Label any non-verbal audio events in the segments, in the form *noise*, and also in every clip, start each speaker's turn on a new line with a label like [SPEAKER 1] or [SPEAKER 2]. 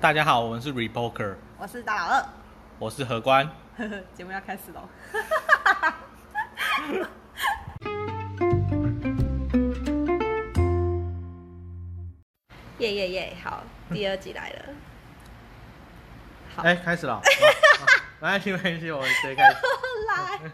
[SPEAKER 1] 大家好，我们是 Repoker，
[SPEAKER 2] 我是大老二
[SPEAKER 1] 我是何官。
[SPEAKER 2] 呵呵， *laughs* 节目要开始喽。耶耶耶！好，第二集来了。好
[SPEAKER 1] 哎、开始了。哦没关系，没关系，我直接开始。
[SPEAKER 2] *laughs* 来，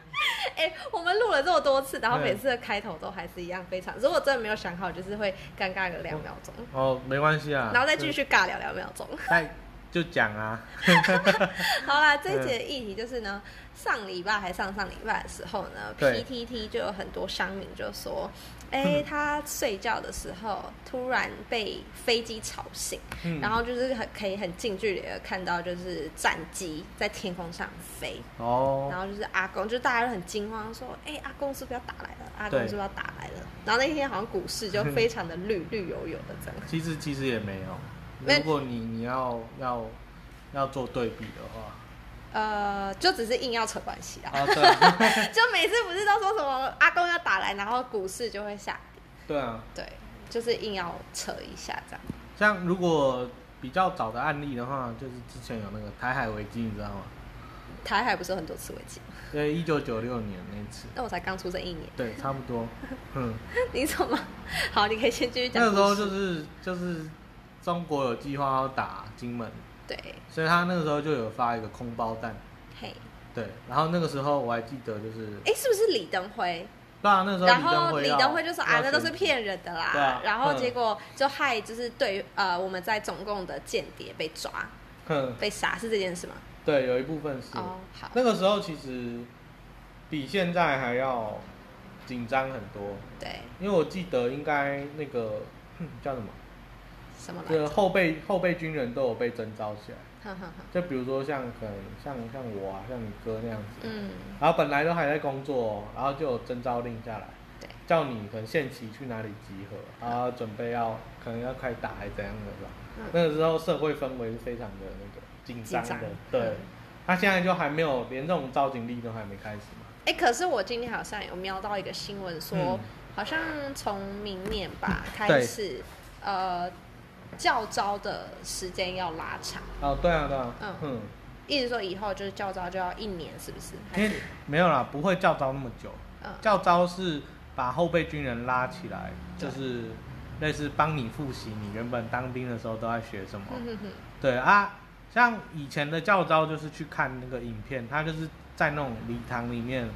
[SPEAKER 2] 哎、我们录了这么多次，然后
[SPEAKER 1] 嗯
[SPEAKER 2] 每次的开头都还是一样，非常。如果真的没有想好，就是会尴尬个两秒钟，
[SPEAKER 1] 哦，没关系啊。
[SPEAKER 2] 然后再继续尬聊两秒钟。
[SPEAKER 1] 就。再就讲啊。
[SPEAKER 2] 好
[SPEAKER 1] 嗯
[SPEAKER 2] 啦，这一节的议题就是呢，上礼拜还上上礼拜的时候呢
[SPEAKER 1] 对
[SPEAKER 2] ，PTT 就有很多乡民就
[SPEAKER 1] *laughs*
[SPEAKER 2] 说，哎、他睡觉的时候突然被飞机吵醒，
[SPEAKER 1] 嗯
[SPEAKER 2] 然后就是很可以很近距离的看到就是战机在天空上飞，然
[SPEAKER 1] 哦，
[SPEAKER 2] 后就是阿公，就大家都很惊慌，说：“哎、阿公是不是要打来了？阿公
[SPEAKER 1] 对
[SPEAKER 2] 是不是要打来了？”然后那天好像股
[SPEAKER 1] *laughs*
[SPEAKER 2] 市就非常的绿绿油油的这样。
[SPEAKER 1] 其实其实也没有。
[SPEAKER 2] 那
[SPEAKER 1] 如果你你要要要做对比的话，
[SPEAKER 2] 呃，就只是硬要扯关系啊，
[SPEAKER 1] 啊对啊 *laughs*
[SPEAKER 2] *laughs* 就每次不是都说什么阿公要打来，然后股市就会下跌，
[SPEAKER 1] 对啊，
[SPEAKER 2] 对，就是硬要扯一下这样。
[SPEAKER 1] 像如果比较早的案例的话，就是之前有那个台海危机，你知道吗？
[SPEAKER 2] 台海不是有很多次危机吗？
[SPEAKER 1] 对，一九九六年那一次。
[SPEAKER 2] 那我才刚出生一年， *laughs*
[SPEAKER 1] 对，差不多。嗯。
[SPEAKER 2] 你怎么？好，你可以先继续讲
[SPEAKER 1] 那
[SPEAKER 2] 故
[SPEAKER 1] 个
[SPEAKER 2] 事。
[SPEAKER 1] 时候就是就是中国有计划要打金门，
[SPEAKER 2] 对，
[SPEAKER 1] 所以他那个时候就有发一个空包弹，
[SPEAKER 2] 嘿，
[SPEAKER 1] 对。然后那个时候我还记得就是，
[SPEAKER 2] 哎、是不是李登辉？
[SPEAKER 1] 对啊，那个时候
[SPEAKER 2] 然后
[SPEAKER 1] 李
[SPEAKER 2] 李
[SPEAKER 1] 登
[SPEAKER 2] 登
[SPEAKER 1] 辉要
[SPEAKER 2] 辉就说啊，那都是
[SPEAKER 1] 要选
[SPEAKER 2] 骗人的啦。
[SPEAKER 1] 对啊
[SPEAKER 2] 然后
[SPEAKER 1] 嗯
[SPEAKER 2] 结果就害就是对呃我们在中共的间谍被抓
[SPEAKER 1] 哼，
[SPEAKER 2] 被杀是这件事吗？
[SPEAKER 1] *laughs* 对，有一部分嗯是。
[SPEAKER 2] 哦，好，
[SPEAKER 1] 那个时候其实比现在还要紧张很多，
[SPEAKER 2] 对，
[SPEAKER 1] 因为我记得应该那个哼叫什么，
[SPEAKER 2] 什么来
[SPEAKER 1] 这
[SPEAKER 2] 着？
[SPEAKER 1] 个后备后备军人都有被征召起来，
[SPEAKER 2] 哼哼哼，
[SPEAKER 1] 就比如说像可能像像我啊，像你哥那样子。
[SPEAKER 2] 嗯，
[SPEAKER 1] 然后本来都还在工作、哦，然后就有征召令下来，
[SPEAKER 2] 对，
[SPEAKER 1] 叫你可能限期去哪里集合，然后准备要可能要开打还是怎样的吧。
[SPEAKER 2] 嗯
[SPEAKER 1] 那个时候社会氛围是非常的那个紧张
[SPEAKER 2] 紧张
[SPEAKER 1] 的，对
[SPEAKER 2] 嗯。
[SPEAKER 1] 他、现在就还没有，连这种招警力都还没开始嘛。
[SPEAKER 2] 哎、可是我今天好像有瞄到一个新闻说，
[SPEAKER 1] 嗯
[SPEAKER 2] 好像从明年吧开
[SPEAKER 1] 对
[SPEAKER 2] 始，呃，教招的时间要拉长，
[SPEAKER 1] 哦，对啊，对啊，
[SPEAKER 2] 嗯
[SPEAKER 1] 嗯，
[SPEAKER 2] 意思说以后就是教招就要一年，是不是？还
[SPEAKER 1] 因为
[SPEAKER 2] 是
[SPEAKER 1] 没有啦，不会教招那么久。
[SPEAKER 2] 嗯，
[SPEAKER 1] 教招是把后备军人拉起来，
[SPEAKER 2] 对
[SPEAKER 1] 就是类似帮你复习你原本当兵的时候都在学什么，
[SPEAKER 2] 哼哼哼，
[SPEAKER 1] 对啊，像以前的教招就是去看那个影片，他就是在那种礼堂里面，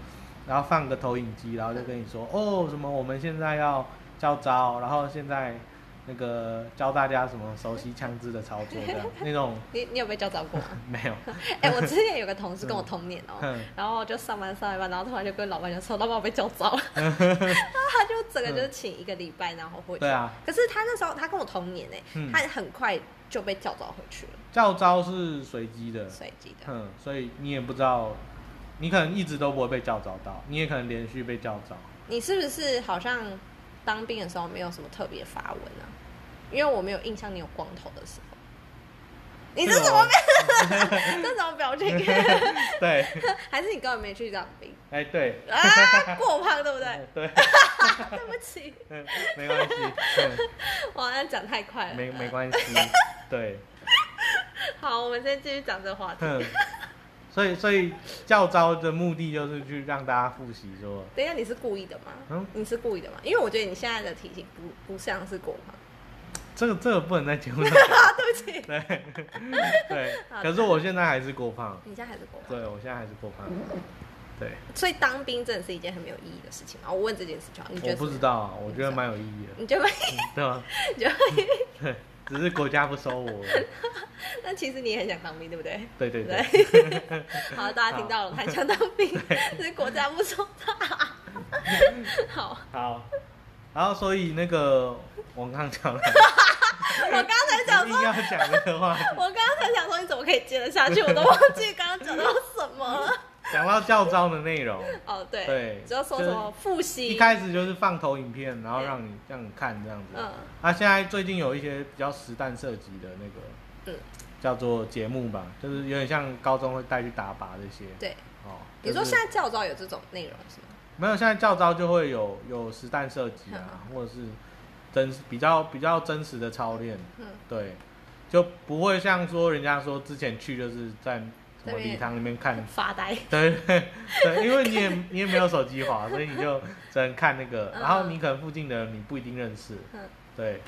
[SPEAKER 1] 然后放个投影机，然后就跟你说，哦，什么我们现在要教招，然后现在那个教大家什么熟悉枪支的操作这样，那种
[SPEAKER 2] 你你有被教招
[SPEAKER 1] *laughs*
[SPEAKER 2] 过吗？
[SPEAKER 1] 没有，
[SPEAKER 2] 哎、我之前有个同事跟我同年哦、
[SPEAKER 1] 嗯
[SPEAKER 2] *laughs* 然后就上班上一班，然后突然就跟老板娘说，老板我被叫招
[SPEAKER 1] *laughs*
[SPEAKER 2] 了，然后他就整个就是请一个礼拜，然后回
[SPEAKER 1] 嗯
[SPEAKER 2] 去。
[SPEAKER 1] 对啊，
[SPEAKER 2] 可是他那时候他跟我同年哎、
[SPEAKER 1] 嗯
[SPEAKER 2] 他很快就被叫招回去了，
[SPEAKER 1] 教招是随机的，
[SPEAKER 2] 所以记得。
[SPEAKER 1] 嗯，所以你也不知道，你可能一直都不会被教招到，你也可能连续被教招，
[SPEAKER 2] 你是不是好像当兵的时候没有什么特别发文啊？因为我没有印象你有光头的时候。你这
[SPEAKER 1] 是哦
[SPEAKER 2] 什
[SPEAKER 1] 我
[SPEAKER 2] 么表？这什么
[SPEAKER 1] *laughs*
[SPEAKER 2] 表情？
[SPEAKER 1] 对，
[SPEAKER 2] 还是你根本没去当兵
[SPEAKER 1] 哎对， *laughs* 哎
[SPEAKER 2] 啊？过胖对不对？
[SPEAKER 1] 对， *laughs*
[SPEAKER 2] 对不起，
[SPEAKER 1] 嗯没关系。嗯
[SPEAKER 2] 我好像讲太快了。
[SPEAKER 1] 没没关系，对，
[SPEAKER 2] 好，我们先继续讲这个话题。
[SPEAKER 1] 哼，所以所以教招的目的就是去让大家复习说，
[SPEAKER 2] 等一下，你是故意的吗？
[SPEAKER 1] 嗯
[SPEAKER 2] 你是故意的吗？因为我觉得你现在的体型不不像是国王。
[SPEAKER 1] 这个这个不能在节目上讲，
[SPEAKER 2] 啊，对不起，
[SPEAKER 1] 对对
[SPEAKER 2] *laughs* 好，的
[SPEAKER 1] 可是我现在还是过胖，
[SPEAKER 2] 你现在还是国王。
[SPEAKER 1] 对我现在还是过胖，对，
[SPEAKER 2] 所以当兵真的是一件很没有意义的事情吗？我问这件事情，你觉得
[SPEAKER 1] 我
[SPEAKER 2] 是
[SPEAKER 1] 不知？道啊，我觉得蛮有意义的，
[SPEAKER 2] 你觉得 *laughs* 没？
[SPEAKER 1] 对吗？
[SPEAKER 2] 你觉得没？
[SPEAKER 1] 对，只是国家不收我，
[SPEAKER 2] 那其实你也很想当兵，对不对？
[SPEAKER 1] 对对对， *laughs*
[SPEAKER 2] 好，大家听到了，他想当兵， *laughs* 只是国家不收
[SPEAKER 1] *laughs*
[SPEAKER 2] 他。好，
[SPEAKER 1] 好，然后所以那个我刚讲了，
[SPEAKER 2] 我刚才讲
[SPEAKER 1] 一
[SPEAKER 2] 说
[SPEAKER 1] 定，要讲这个话题，
[SPEAKER 2] 我刚才想说，你怎么可以接得下去？我都忘记刚刚讲到什
[SPEAKER 1] *laughs*
[SPEAKER 2] 么了。
[SPEAKER 1] 讲到教招的内容。
[SPEAKER 2] 哦，对，
[SPEAKER 1] 对
[SPEAKER 2] 只要说什么复
[SPEAKER 1] 一
[SPEAKER 2] 习，
[SPEAKER 1] 开始就是放投影片，然后让你让你看这样子。
[SPEAKER 2] 嗯
[SPEAKER 1] 啊，现在最近有一些比较实弹射击的那个
[SPEAKER 2] 嗯，
[SPEAKER 1] 叫做节目吧，就是有点像高中会带去打靶这些。
[SPEAKER 2] 对。
[SPEAKER 1] 哦，
[SPEAKER 2] 你说
[SPEAKER 1] 就是
[SPEAKER 2] 现在教招有这种内容是吗？
[SPEAKER 1] 没有？现在教招就会有有实弹
[SPEAKER 2] 嗯
[SPEAKER 1] 射击啊，或者是真比较比较真实的操练。
[SPEAKER 2] 嗯，
[SPEAKER 1] 对，就不会像说人家说之前去就是在什
[SPEAKER 2] 在
[SPEAKER 1] 么
[SPEAKER 2] 那边
[SPEAKER 1] 礼堂里面
[SPEAKER 2] *laughs*
[SPEAKER 1] 看，
[SPEAKER 2] 发呆。
[SPEAKER 1] *laughs* 对对，因为你也你也没有手机滑，所以你就只能看那个，
[SPEAKER 2] 嗯
[SPEAKER 1] 然后你可能附近的人你不一定认识，
[SPEAKER 2] 嗯，
[SPEAKER 1] 对，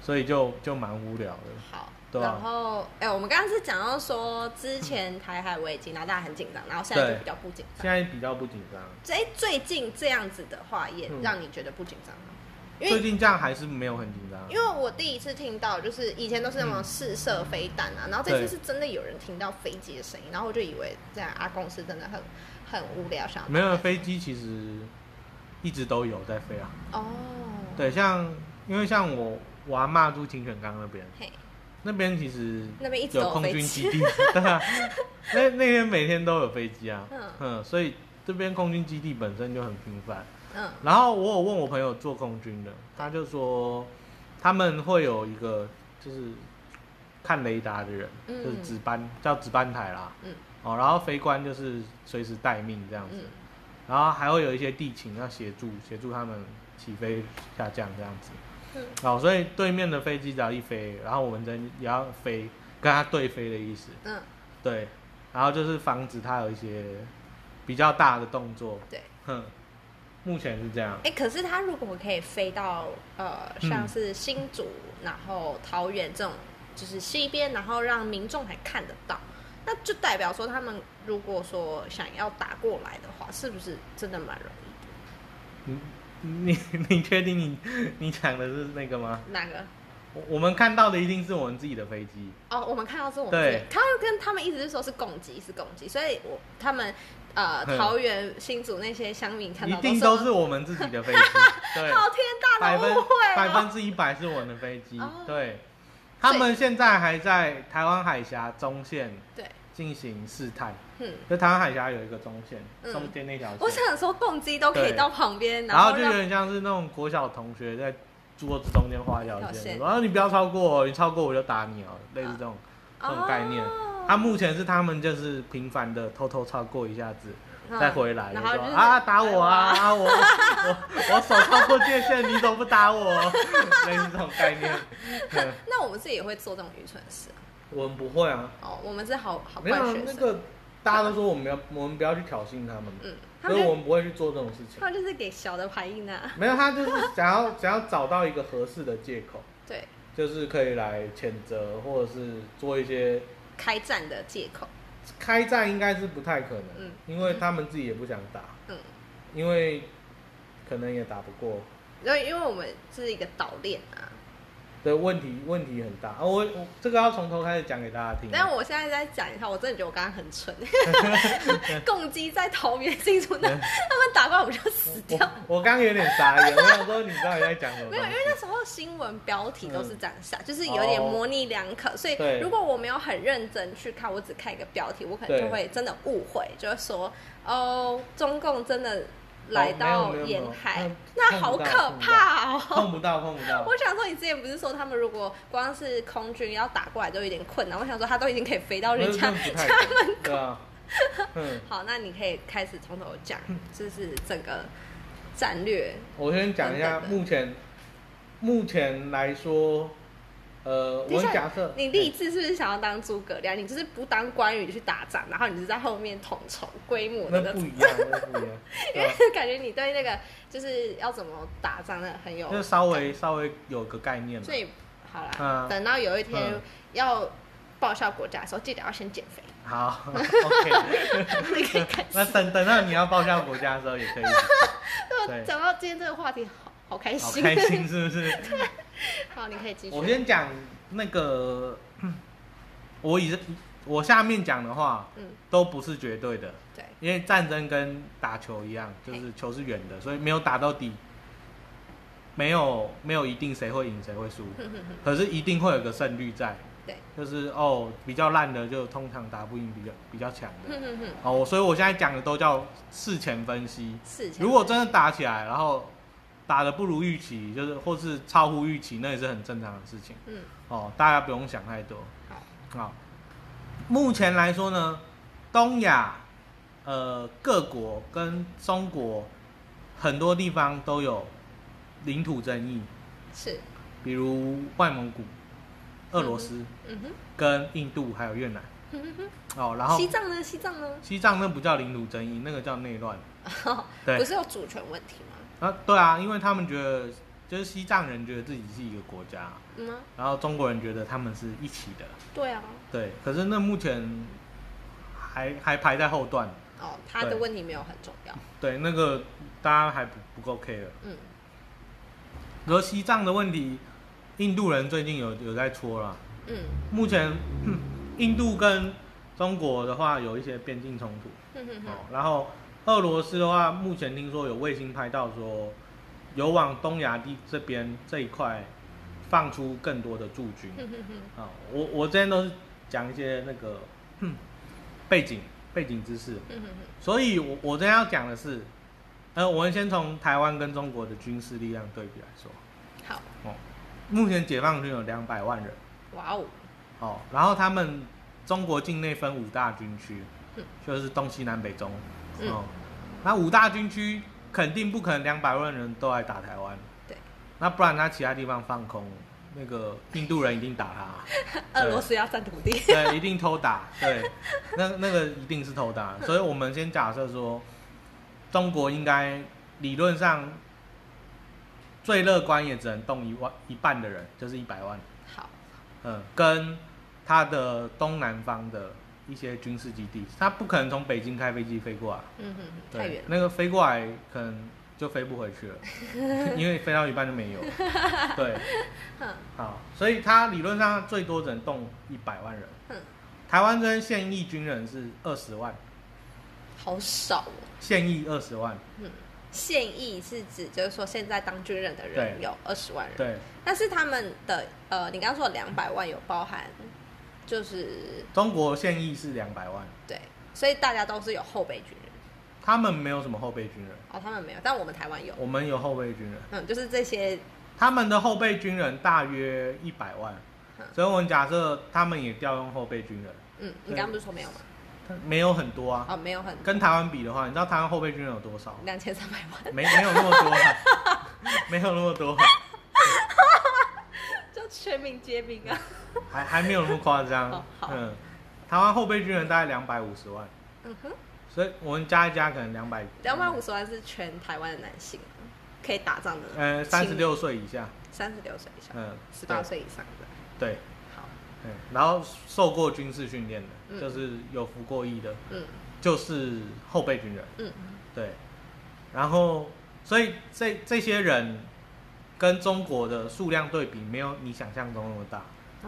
[SPEAKER 1] 所以就就蛮无聊的，
[SPEAKER 2] 好。
[SPEAKER 1] 对啊
[SPEAKER 2] 然后，哎、我们刚刚是讲到说，之前台海危机，然后大家很紧张，然后现在
[SPEAKER 1] 对
[SPEAKER 2] 就比较不紧张。
[SPEAKER 1] 现在比较不紧张，
[SPEAKER 2] 哎，最近这样子的话，也
[SPEAKER 1] 嗯
[SPEAKER 2] 让你觉得不紧张吗？因为
[SPEAKER 1] 最近这样还是没有很紧张，
[SPEAKER 2] 因为我第一次听到，就是以前都是那种
[SPEAKER 1] 嗯
[SPEAKER 2] 试射飞弹啊，然后这
[SPEAKER 1] 对
[SPEAKER 2] 次是真的有人听到飞机的声音，然后我就以为这样阿公是真的很很无聊，想要
[SPEAKER 1] 没有
[SPEAKER 2] 打开
[SPEAKER 1] 飞机其实一直都有在飞啊，
[SPEAKER 2] 哦，，
[SPEAKER 1] 对，像因为像我我阿妈住清泉岗那边，
[SPEAKER 2] 嘿，
[SPEAKER 1] 那边其实
[SPEAKER 2] 那边一直都
[SPEAKER 1] 有空
[SPEAKER 2] 飞
[SPEAKER 1] 军
[SPEAKER 2] 机
[SPEAKER 1] 基，地， *laughs* 对啊，那那边每天都有飞机啊，
[SPEAKER 2] 嗯
[SPEAKER 1] 嗯所以这边空军基地本身就很频繁。
[SPEAKER 2] 嗯
[SPEAKER 1] 然后我有问我朋友做空军的，他就说他们会有一个就是看雷达的人，
[SPEAKER 2] 嗯
[SPEAKER 1] 就是值班叫值班台啦，
[SPEAKER 2] 嗯
[SPEAKER 1] 哦，然后飞官就是随时待命这样子，
[SPEAKER 2] 嗯，
[SPEAKER 1] 然后还会有一些地勤要协助协助他们起飞下降这样子。
[SPEAKER 2] 嗯
[SPEAKER 1] 好，所以对面的飞机只要一飞，然后我们人也要飞，跟它对飞的意思。
[SPEAKER 2] 嗯，
[SPEAKER 1] 对，然后就是防止它有一些比较大的动作。
[SPEAKER 2] 对。
[SPEAKER 1] 哼，目前是这样。
[SPEAKER 2] 哎、可是它如果可以飞到呃，
[SPEAKER 1] 嗯
[SPEAKER 2] 像是新竹，然后桃园这种，就是西边，然后让民众还看得到，那就代表说他们如果说想要打过来的话，是不是真的蛮容易的？
[SPEAKER 1] 你你 *laughs* 你确定你你讲的是那个吗？
[SPEAKER 2] 哪个？
[SPEAKER 1] 我我们看到的一定是我们自己的飞机。
[SPEAKER 2] 哦，我们看到这种
[SPEAKER 1] 对
[SPEAKER 2] 字，他又跟他们一直是说是攻击，是攻击，所以我他们呃
[SPEAKER 1] 嗯
[SPEAKER 2] 桃园新竹那些乡民看
[SPEAKER 1] 一
[SPEAKER 2] 到
[SPEAKER 1] 定
[SPEAKER 2] 都
[SPEAKER 1] 都
[SPEAKER 2] 说
[SPEAKER 1] 是我们自己的
[SPEAKER 2] *laughs*
[SPEAKER 1] 飞机，对，
[SPEAKER 2] 好天大
[SPEAKER 1] 百
[SPEAKER 2] 的
[SPEAKER 1] 分
[SPEAKER 2] 误会
[SPEAKER 1] 百
[SPEAKER 2] 哦，
[SPEAKER 1] 分之一百是我们的飞机
[SPEAKER 2] 哦，
[SPEAKER 1] 对，他们现在还在台湾海峡中线
[SPEAKER 2] 对，
[SPEAKER 1] 进行试探，
[SPEAKER 2] 嗯，
[SPEAKER 1] 就台湾海峡有一个中线，
[SPEAKER 2] 嗯
[SPEAKER 1] 中间那条
[SPEAKER 2] 我
[SPEAKER 1] 线，
[SPEAKER 2] 想说动机都可以
[SPEAKER 1] 对
[SPEAKER 2] 到旁边，
[SPEAKER 1] 然后
[SPEAKER 2] 后
[SPEAKER 1] 就有
[SPEAKER 2] 让
[SPEAKER 1] 点像是那种国小同学在桌子中间画一条
[SPEAKER 2] 一条线
[SPEAKER 1] 线，然啊后你不要超过哦，你超过我就打你哦，类似这种这种概念。
[SPEAKER 2] 哦
[SPEAKER 1] 他啊目前是他们就是频繁的偷偷超过一下子，再回来，就
[SPEAKER 2] 嗯然后
[SPEAKER 1] 说
[SPEAKER 2] 就是哎
[SPEAKER 1] 啊打我啊，啊我我我手超过界限，你怎么不打我？ *laughs* 类似这种概念。嗯
[SPEAKER 2] 那我们自己也会做这种愚蠢的事啊
[SPEAKER 1] *laughs* 我们不会啊，
[SPEAKER 2] 哦，我们是好好
[SPEAKER 1] 没
[SPEAKER 2] 坏
[SPEAKER 1] 有啊
[SPEAKER 2] 学
[SPEAKER 1] 那
[SPEAKER 2] 生，
[SPEAKER 1] 个大家都说我们要我们不要去挑衅他们，
[SPEAKER 2] 嗯，他
[SPEAKER 1] 所
[SPEAKER 2] 们
[SPEAKER 1] 以我
[SPEAKER 2] 就
[SPEAKER 1] 们不会去做这种事情
[SPEAKER 2] 他。们就是给小的排印啊，
[SPEAKER 1] 没有，他
[SPEAKER 2] *laughs*
[SPEAKER 1] 就是想要想要找到一个合适的借口，
[SPEAKER 2] 对，
[SPEAKER 1] 就是可以来谴责或者是做一些
[SPEAKER 2] 开战的借口，
[SPEAKER 1] 开战，应该是不太可能，
[SPEAKER 2] 嗯
[SPEAKER 1] 因为他们自己也不想打，
[SPEAKER 2] 嗯，
[SPEAKER 1] 因为可能也打不过。
[SPEAKER 2] 因为因为我们是一个岛链啊，
[SPEAKER 1] 的问题问题很大，啊、我我这个要从头开始讲给大家听。
[SPEAKER 2] 但我现在再讲一下，我真的觉得我刚刚很
[SPEAKER 1] *laughs*
[SPEAKER 2] 蠢， *laughs* 共击在桃园新竹那，他们打过来我就死掉。
[SPEAKER 1] 嗯我我刚刚有点傻眼，我想说你到底在讲什么
[SPEAKER 2] 没
[SPEAKER 1] 东
[SPEAKER 2] 有，
[SPEAKER 1] 西？
[SPEAKER 2] 因为那时候新闻标题都是这样下，就是有点模棱两可，所以
[SPEAKER 1] 嗯哦对
[SPEAKER 2] 如果我没有很认真去看，我只看一个标题，我可能就
[SPEAKER 1] 对
[SPEAKER 2] 会真的误会，就会说哦，中共真的来到
[SPEAKER 1] 哦没有没有没有
[SPEAKER 2] 沿海，
[SPEAKER 1] 那
[SPEAKER 2] 那好
[SPEAKER 1] 碰不
[SPEAKER 2] 可
[SPEAKER 1] 到
[SPEAKER 2] 怕哦。
[SPEAKER 1] 碰不到碰不到
[SPEAKER 2] *laughs* 我，想说，你之前不是说他们如果光是空军要打过来都有点困难？我想说，他都已经可以飞到人家
[SPEAKER 1] 那真的不太
[SPEAKER 2] 家门口
[SPEAKER 1] 对啊，嗯，
[SPEAKER 2] 好，那你可以开始从头讲，就是整个战略。
[SPEAKER 1] 我先讲一下
[SPEAKER 2] 等等的
[SPEAKER 1] 目前目前来说，呃，
[SPEAKER 2] 等
[SPEAKER 1] 我
[SPEAKER 2] 一下
[SPEAKER 1] 假设
[SPEAKER 2] 你立志是不是想要当诸葛亮？你就是不当关羽去打仗，然后你是在后面统筹规模的
[SPEAKER 1] 那
[SPEAKER 2] 那
[SPEAKER 1] 不
[SPEAKER 2] 种，
[SPEAKER 1] 一样，那不
[SPEAKER 2] *laughs*
[SPEAKER 1] 一样，
[SPEAKER 2] 因
[SPEAKER 1] 对啊
[SPEAKER 2] 为感觉你对那个就是要怎么打仗那很有，
[SPEAKER 1] 就稍微稍微有个概念嘛
[SPEAKER 2] 所。以好啦，
[SPEAKER 1] 嗯
[SPEAKER 2] 等到有一天
[SPEAKER 1] 嗯
[SPEAKER 2] 要报效国家的时候，记得要先减肥。
[SPEAKER 1] 好 *laughs* ，OK，
[SPEAKER 2] 你可以开
[SPEAKER 1] 那
[SPEAKER 2] 始。
[SPEAKER 1] 等等到你要报效国家的时候也可以，对
[SPEAKER 2] 讲到今天这个话题，好好开
[SPEAKER 1] *laughs* 好
[SPEAKER 2] 心。
[SPEAKER 1] 开心是不是？
[SPEAKER 2] 好，你可以继续。
[SPEAKER 1] 我先讲那个，我以我下面讲的话
[SPEAKER 2] 嗯，
[SPEAKER 1] 都不是绝对的，
[SPEAKER 2] 对，
[SPEAKER 1] 因为战争跟打球一样，就
[SPEAKER 2] 嘿
[SPEAKER 1] 是球是圆的，所以没有打到底，没有没有一定谁会赢谁会输，
[SPEAKER 2] 哼哼哼
[SPEAKER 1] 可是一定会有个胜率在，
[SPEAKER 2] 对，
[SPEAKER 1] 就是哦比较烂的就通常打不赢比较比较强
[SPEAKER 2] 哼
[SPEAKER 1] 的
[SPEAKER 2] 哼哼，
[SPEAKER 1] 哦，所以我现在讲的都叫事前分析，
[SPEAKER 2] 是。
[SPEAKER 1] 如果真的打起来，然后打的不如预期，就是或是超乎预期，那也是很正常的事情。
[SPEAKER 2] 嗯，
[SPEAKER 1] 哦，大家不用想太多。
[SPEAKER 2] 好，
[SPEAKER 1] 好，目前来说呢，东亚呃各国跟中国很多地方都有领土争议，
[SPEAKER 2] 是，
[SPEAKER 1] 比如外蒙古，俄罗斯、
[SPEAKER 2] 嗯哼，
[SPEAKER 1] 跟印度还有越南。
[SPEAKER 2] 嗯哼
[SPEAKER 1] 哦，然
[SPEAKER 2] 哼
[SPEAKER 1] 后
[SPEAKER 2] 西藏呢？西藏呢？
[SPEAKER 1] 西藏那不叫领土争议，那个叫内乱。对
[SPEAKER 2] 不是有主权问题吗？
[SPEAKER 1] 啊，对啊，因为他们觉得就是西藏人觉得自己是一个国家，
[SPEAKER 2] 嗯啊，
[SPEAKER 1] 然后中国人觉得他们是一起的。
[SPEAKER 2] 对啊。
[SPEAKER 1] 对，可是那目前还还排在后段。
[SPEAKER 2] 哦，他的
[SPEAKER 1] 对
[SPEAKER 2] 问题没有很重要。
[SPEAKER 1] 对，那个大家还不不够 care。
[SPEAKER 2] 嗯，
[SPEAKER 1] 而西藏的问题，印度人最近有有在戳了。
[SPEAKER 2] 嗯
[SPEAKER 1] 目前、嗯印度跟中国的话有一些边境冲突。
[SPEAKER 2] 哼哼
[SPEAKER 1] 哦
[SPEAKER 2] 哼，，
[SPEAKER 1] 然后俄罗斯的话，目前听说有卫星拍到说，有往东亚地这边这一块放出更多的驻军。
[SPEAKER 2] 哼哼哼，
[SPEAKER 1] 啊、我我之前都是讲一些那个、嗯背景背景知识，
[SPEAKER 2] 哼哼哼，
[SPEAKER 1] 所以我我今天要讲的是，呃，我们先从台湾跟中国的军事力量对比来说，
[SPEAKER 2] 好，
[SPEAKER 1] 哦，目前解放军有两百万人，
[SPEAKER 2] 哇哦，
[SPEAKER 1] 哦，然后他们中国境内分五大军区
[SPEAKER 2] 嗯，
[SPEAKER 1] 就是东西南北中，
[SPEAKER 2] 嗯
[SPEAKER 1] 哦，那五大军区肯定不可能两百万人都来打台湾，
[SPEAKER 2] 对，，
[SPEAKER 1] 那不然他其他地方放空，那个印度人一定打他
[SPEAKER 2] *laughs* 俄罗斯要占土地。
[SPEAKER 1] 对，对，一定偷打，对，那那个一定是偷
[SPEAKER 2] *laughs*
[SPEAKER 1] 打，所以我们先假设说，中国应该理论上最乐观也只能动一万一半的人，就是一百万。
[SPEAKER 2] 好，
[SPEAKER 1] 嗯，跟它的东南方的一些军事基地，它不可能从北京开飞机飞过来，啊
[SPEAKER 2] 嗯哼哼，
[SPEAKER 1] 对
[SPEAKER 2] 太远了。
[SPEAKER 1] 那个飞过来可能就飞不回去了，
[SPEAKER 2] *laughs*
[SPEAKER 1] 因为飞到一半就没有了。对，
[SPEAKER 2] 嗯
[SPEAKER 1] 好，所以它理论上最多只能动一百万人。
[SPEAKER 2] 嗯，
[SPEAKER 1] 台湾这边现役军人是二十万，
[SPEAKER 2] 好少哦。
[SPEAKER 1] 现役二十万，
[SPEAKER 2] 嗯，现役是指就是说现在当军人的人
[SPEAKER 1] 对
[SPEAKER 2] 有二十万人，
[SPEAKER 1] 对，
[SPEAKER 2] 但是他们的呃，你刚刚说两百万有包含，就是
[SPEAKER 1] 中国现役是两百万，
[SPEAKER 2] 对，所以大家都是有后备军人
[SPEAKER 1] 他们没有什么后备军人，
[SPEAKER 2] 哦，他们没有，但我们台湾有，
[SPEAKER 1] 我们有后备军人。
[SPEAKER 2] 嗯，就是这些，
[SPEAKER 1] 他们的后备军人大约一百万
[SPEAKER 2] 嗯，
[SPEAKER 1] 所以我们假设他们也调用后备军人，
[SPEAKER 2] 嗯，你刚刚不是说没有吗？
[SPEAKER 1] 他没有很多啊。
[SPEAKER 2] 哦，没有很
[SPEAKER 1] 跟台湾比的话，你知道台湾后备军人有多少？
[SPEAKER 2] 两千三百万，
[SPEAKER 1] 没没有那么多、啊， *laughs* 没有那么多，啊
[SPEAKER 2] 就全民皆兵啊，
[SPEAKER 1] 还还没有那么夸
[SPEAKER 2] 哦
[SPEAKER 1] 张。
[SPEAKER 2] 好
[SPEAKER 1] 嗯，台湾后备军人大概两百五十万，
[SPEAKER 2] 嗯哼，
[SPEAKER 1] 所以我们加一加可能两百
[SPEAKER 2] 两百五，十万是全台湾的男性可以打仗的，
[SPEAKER 1] 呃，三十六岁以下，
[SPEAKER 2] 三十六岁以上，
[SPEAKER 1] 嗯，
[SPEAKER 2] 十八岁以上的，
[SPEAKER 1] 对，对，
[SPEAKER 2] 好，
[SPEAKER 1] 嗯，然后受过军事训练
[SPEAKER 2] 嗯
[SPEAKER 1] 的，就是有服过役的，
[SPEAKER 2] 嗯
[SPEAKER 1] 就是后备军人。
[SPEAKER 2] 嗯
[SPEAKER 1] 对，然后所以这这些人跟中国的数量对比，没有你想象中那么大。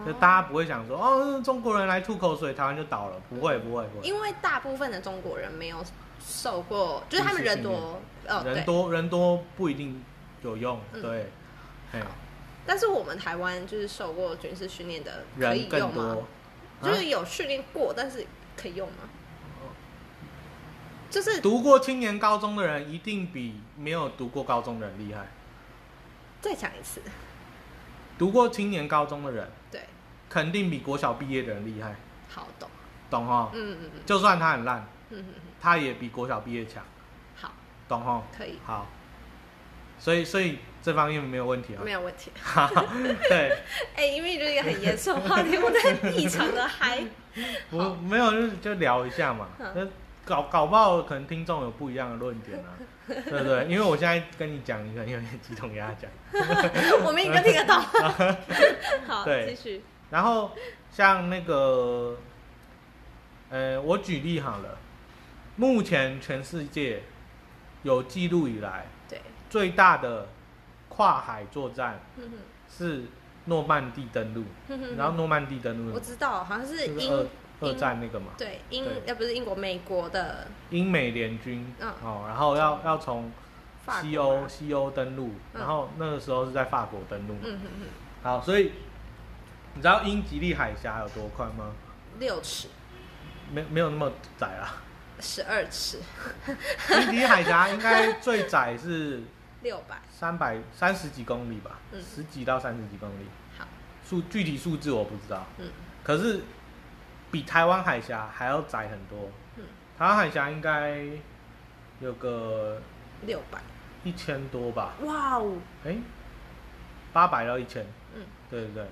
[SPEAKER 1] 就
[SPEAKER 2] 哦
[SPEAKER 1] 大家不会想说，哦，中国人来吐口水，台湾就倒了，不会，不会，不会。
[SPEAKER 2] 因为大部分的中国人没有受过，就是他们人多，哦，对
[SPEAKER 1] 人，多人多不一定有用，
[SPEAKER 2] 嗯
[SPEAKER 1] 对，嘿
[SPEAKER 2] 但是我们台湾就是受过军事训练的，可以
[SPEAKER 1] 人
[SPEAKER 2] 用
[SPEAKER 1] 更
[SPEAKER 2] 吗
[SPEAKER 1] 多？。啊
[SPEAKER 2] 就是有训练过，但是可以用吗？就是
[SPEAKER 1] 读过青年高中的人，一定比没有读过高中的人厉害。
[SPEAKER 2] 再讲一次，
[SPEAKER 1] 读过青年高中的人，
[SPEAKER 2] 对，
[SPEAKER 1] 肯定比国小毕业的人厉害，
[SPEAKER 2] 好懂，
[SPEAKER 1] 懂哈？
[SPEAKER 2] 嗯嗯嗯
[SPEAKER 1] 就算他很烂，
[SPEAKER 2] 嗯嗯，嗯
[SPEAKER 1] 他也比国小毕业强，
[SPEAKER 2] 好，
[SPEAKER 1] 懂哈？
[SPEAKER 2] 可以，
[SPEAKER 1] 好，所以所以这方面没有问题啊
[SPEAKER 2] 没。有问题。
[SPEAKER 1] *laughs* 对，
[SPEAKER 2] 哎，因为这是一个很严肃的话题，我在异常的嗨。好
[SPEAKER 1] 我没有就是就聊一下嘛
[SPEAKER 2] 嗯。
[SPEAKER 1] 那搞搞不好可能听众有不一样的论点
[SPEAKER 2] *laughs*
[SPEAKER 1] 啊，对不对？因为我现在跟你讲，你可能有点鸡同鸭讲。
[SPEAKER 2] 我们应该听得到。好，
[SPEAKER 1] 对
[SPEAKER 2] 继续。
[SPEAKER 1] 然后像那个，呃，我举例好了，目前全世界有记录以来
[SPEAKER 2] 对，
[SPEAKER 1] 最大的跨海作战
[SPEAKER 2] 嗯哼
[SPEAKER 1] 是诺曼底登陆，
[SPEAKER 2] 嗯哼
[SPEAKER 1] 然后诺曼底登
[SPEAKER 2] 我
[SPEAKER 1] 陆
[SPEAKER 2] 知道，好像是
[SPEAKER 1] 就是
[SPEAKER 2] 英
[SPEAKER 1] 二二战那个嘛。
[SPEAKER 2] 对英
[SPEAKER 1] 对
[SPEAKER 2] 呃不是英国，美国的
[SPEAKER 1] 英美联军，
[SPEAKER 2] 嗯
[SPEAKER 1] 哦，然后要要从
[SPEAKER 2] 法
[SPEAKER 1] 西
[SPEAKER 2] 国
[SPEAKER 1] 欧
[SPEAKER 2] 吗，
[SPEAKER 1] 西欧登陆，
[SPEAKER 2] 嗯
[SPEAKER 1] 然后那个时候是在法国登陆。
[SPEAKER 2] 嗯嗯嗯，
[SPEAKER 1] 好，所以你知道英吉利海峡有多宽吗？
[SPEAKER 2] 六尺、
[SPEAKER 1] 没没有那么窄啊，
[SPEAKER 2] 十二尺、
[SPEAKER 1] 英吉利海峡应该最窄是
[SPEAKER 2] 六百，
[SPEAKER 1] 三百三十几公里吧，
[SPEAKER 2] 嗯
[SPEAKER 1] 十几到三十几公里，
[SPEAKER 2] 好，
[SPEAKER 1] 数具体数字我不知道，
[SPEAKER 2] 嗯
[SPEAKER 1] 可是比台湾海峡还要窄很多。
[SPEAKER 2] 嗯，
[SPEAKER 1] 台湾海峡应该有个
[SPEAKER 2] 六百，
[SPEAKER 1] 一千多吧，
[SPEAKER 2] 哇哦，
[SPEAKER 1] 哎，八百到一千，
[SPEAKER 2] 嗯
[SPEAKER 1] 对对对。